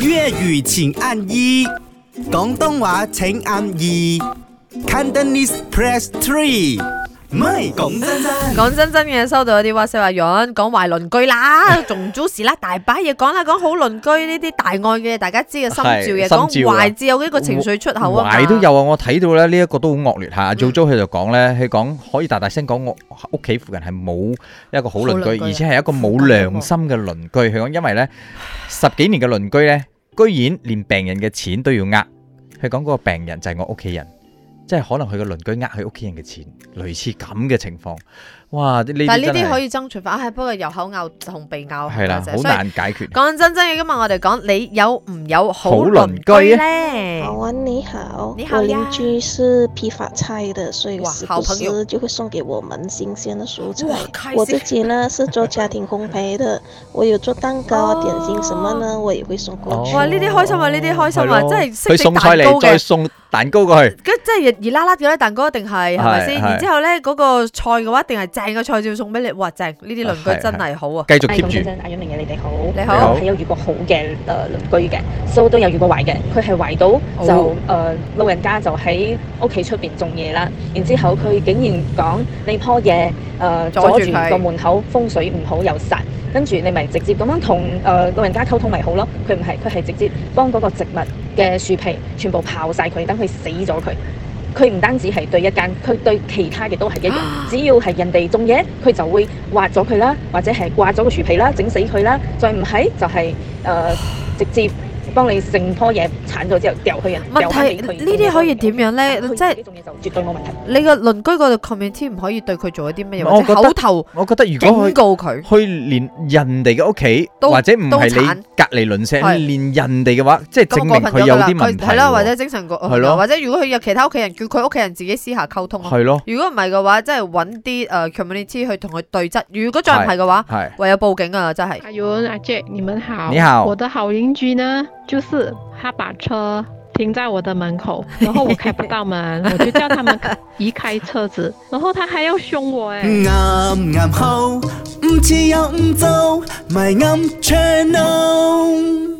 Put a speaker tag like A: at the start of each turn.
A: 粤语请按一，广东话请按二，Cantonese press three。唔係講真真，
B: 講真真嘅，收到一啲 WhatsApp 話樣講壞鄰居 啦，仲 juicy 啦，大把嘢講啦，講好鄰居呢啲大愛嘅，大家知嘅心
C: 係
B: 照嘅，講
C: 心照啊
B: 壞至有呢個情緒出口啊嗯嘛，
C: 壞都有啊！我睇到咧，呢一個都好惡劣嚇。早早佢就講咧，佢講可以大大聲講我屋企附近係冇一個好鄰
B: 好鄰
C: 居，
B: 居啊
C: 而且係一個冇良心嘅鄰居。佢講因為咧十幾年嘅鄰居咧，居然連病人嘅錢都要呃。佢講嗰個病人就係我屋企人，即係可能佢個鄰居呃佢屋企人嘅錢，類似咁嘅情況。哇！呢
B: 但
C: 啲
B: 係呢
C: 真
B: 啲可
C: 係
B: 以爭取翻，唉，不過由口咬同鼻咬
C: 係啦，
B: 就所
C: 好
B: 以
C: 難解決。
B: 講真真嘅，今日我哋講你有唔有好
C: 好
B: 鄰
C: 鄰
B: 居
C: 居
B: 咧
D: 老？王啊你好，
B: 啊你好
D: 我
B: 呀
D: 邻居是批发菜的，所以
B: 哇
D: 时
B: 好
D: 不
B: 朋友
D: 时就会送给我们新鲜的蔬菜
B: 哇开。心
D: 我自己呢是做家庭烘焙的，我有做蛋 糕啊、
B: 哦
D: 点心什么呢，我也会送过
C: 哦
D: 去。
B: 哇呢啲開心啊呢啲開心啊
C: 係咯
B: 真係識
C: 佢送菜
B: 整蛋糕
C: 嚟，
B: 嘅
C: 再送蛋糕過去。
B: 跟即係熱辣辣嘅咧，蛋糕一定係係咪先？
C: 係係
B: 然之後咧嗰個菜嘅話，一定係正嘅菜照送俾你，哇正！呢啲鄰居
C: 係
B: 真係好啊！
C: 繼續 keep
E: 係講哎真
C: 住。
E: 真，阿婉明嘅你哋好，
B: 你好
E: 我係有遇過好嘅誒、呃、鄰居嘅，所以都有遇過壞嘅。佢係壞到就誒、呃老人家就喺屋企出邊種嘢啦，然之後佢竟然講你棵嘢誒
B: 阻
E: 阻
B: 住
E: 住
B: 佢
E: 個門口，風水唔好又殺。跟住你咪直接咁樣同誒、呃老人家溝通咪好咯，佢唔係佢係直接幫嗰個植物嘅樹皮全部刨晒佢，等佢死咗佢。佢唔單止係對一間，佢對其他嘅都係一樣。
B: 啊
E: 只要係人哋種嘢，佢就會挖咗佢啦，或者係掛咗個樹皮啦，整死佢啦。再唔係就係、呃直接幫你成棵嘢剷咗之後掉去人。
B: 問
E: 掉翻俾
B: 題
E: 佢
B: 呢啲可以點？樣咧？
E: 佢
B: 即係
E: 呢種嘢就絕對冇問題。
B: 你個鄰居嗰度 community 唔可以對佢做一啲乜嘢，
C: 我
B: 或者
C: 覺得
B: 口頭
C: 我覺得如果
B: 警
C: 佢
B: 告佢。
C: 去連人哋嘅屋企，
B: 都
C: 或者唔係
B: 都鏟
C: 你隔離鄰舍，
B: 係
C: 連人哋嘅話，即係
B: 咁
C: 證
B: 我
C: 明
B: 過分咗
C: 佢有
B: 㗎啦
C: 啲問題
B: 佢係啦，
C: 喎
B: 或者精神過
C: 係咯
B: 哦或者如果佢有其他屋企人，叫佢屋企人自己私下溝通咯。
C: 係咯，
B: 如果唔係嘅話，即係揾啲誒 community 去同佢對質。如果再唔係嘅話，
C: 係
B: 唯有報警啊！真係。
F: 阿云、阿 Jack，你们好。
C: 你好
F: 我的好邻居呢，就是他把车停在我的门口，然后我开不到门，我就叫他们移开车子，然后他还要凶我哎、
A: 啱啱好，唔似又唔做，咪啱 channel。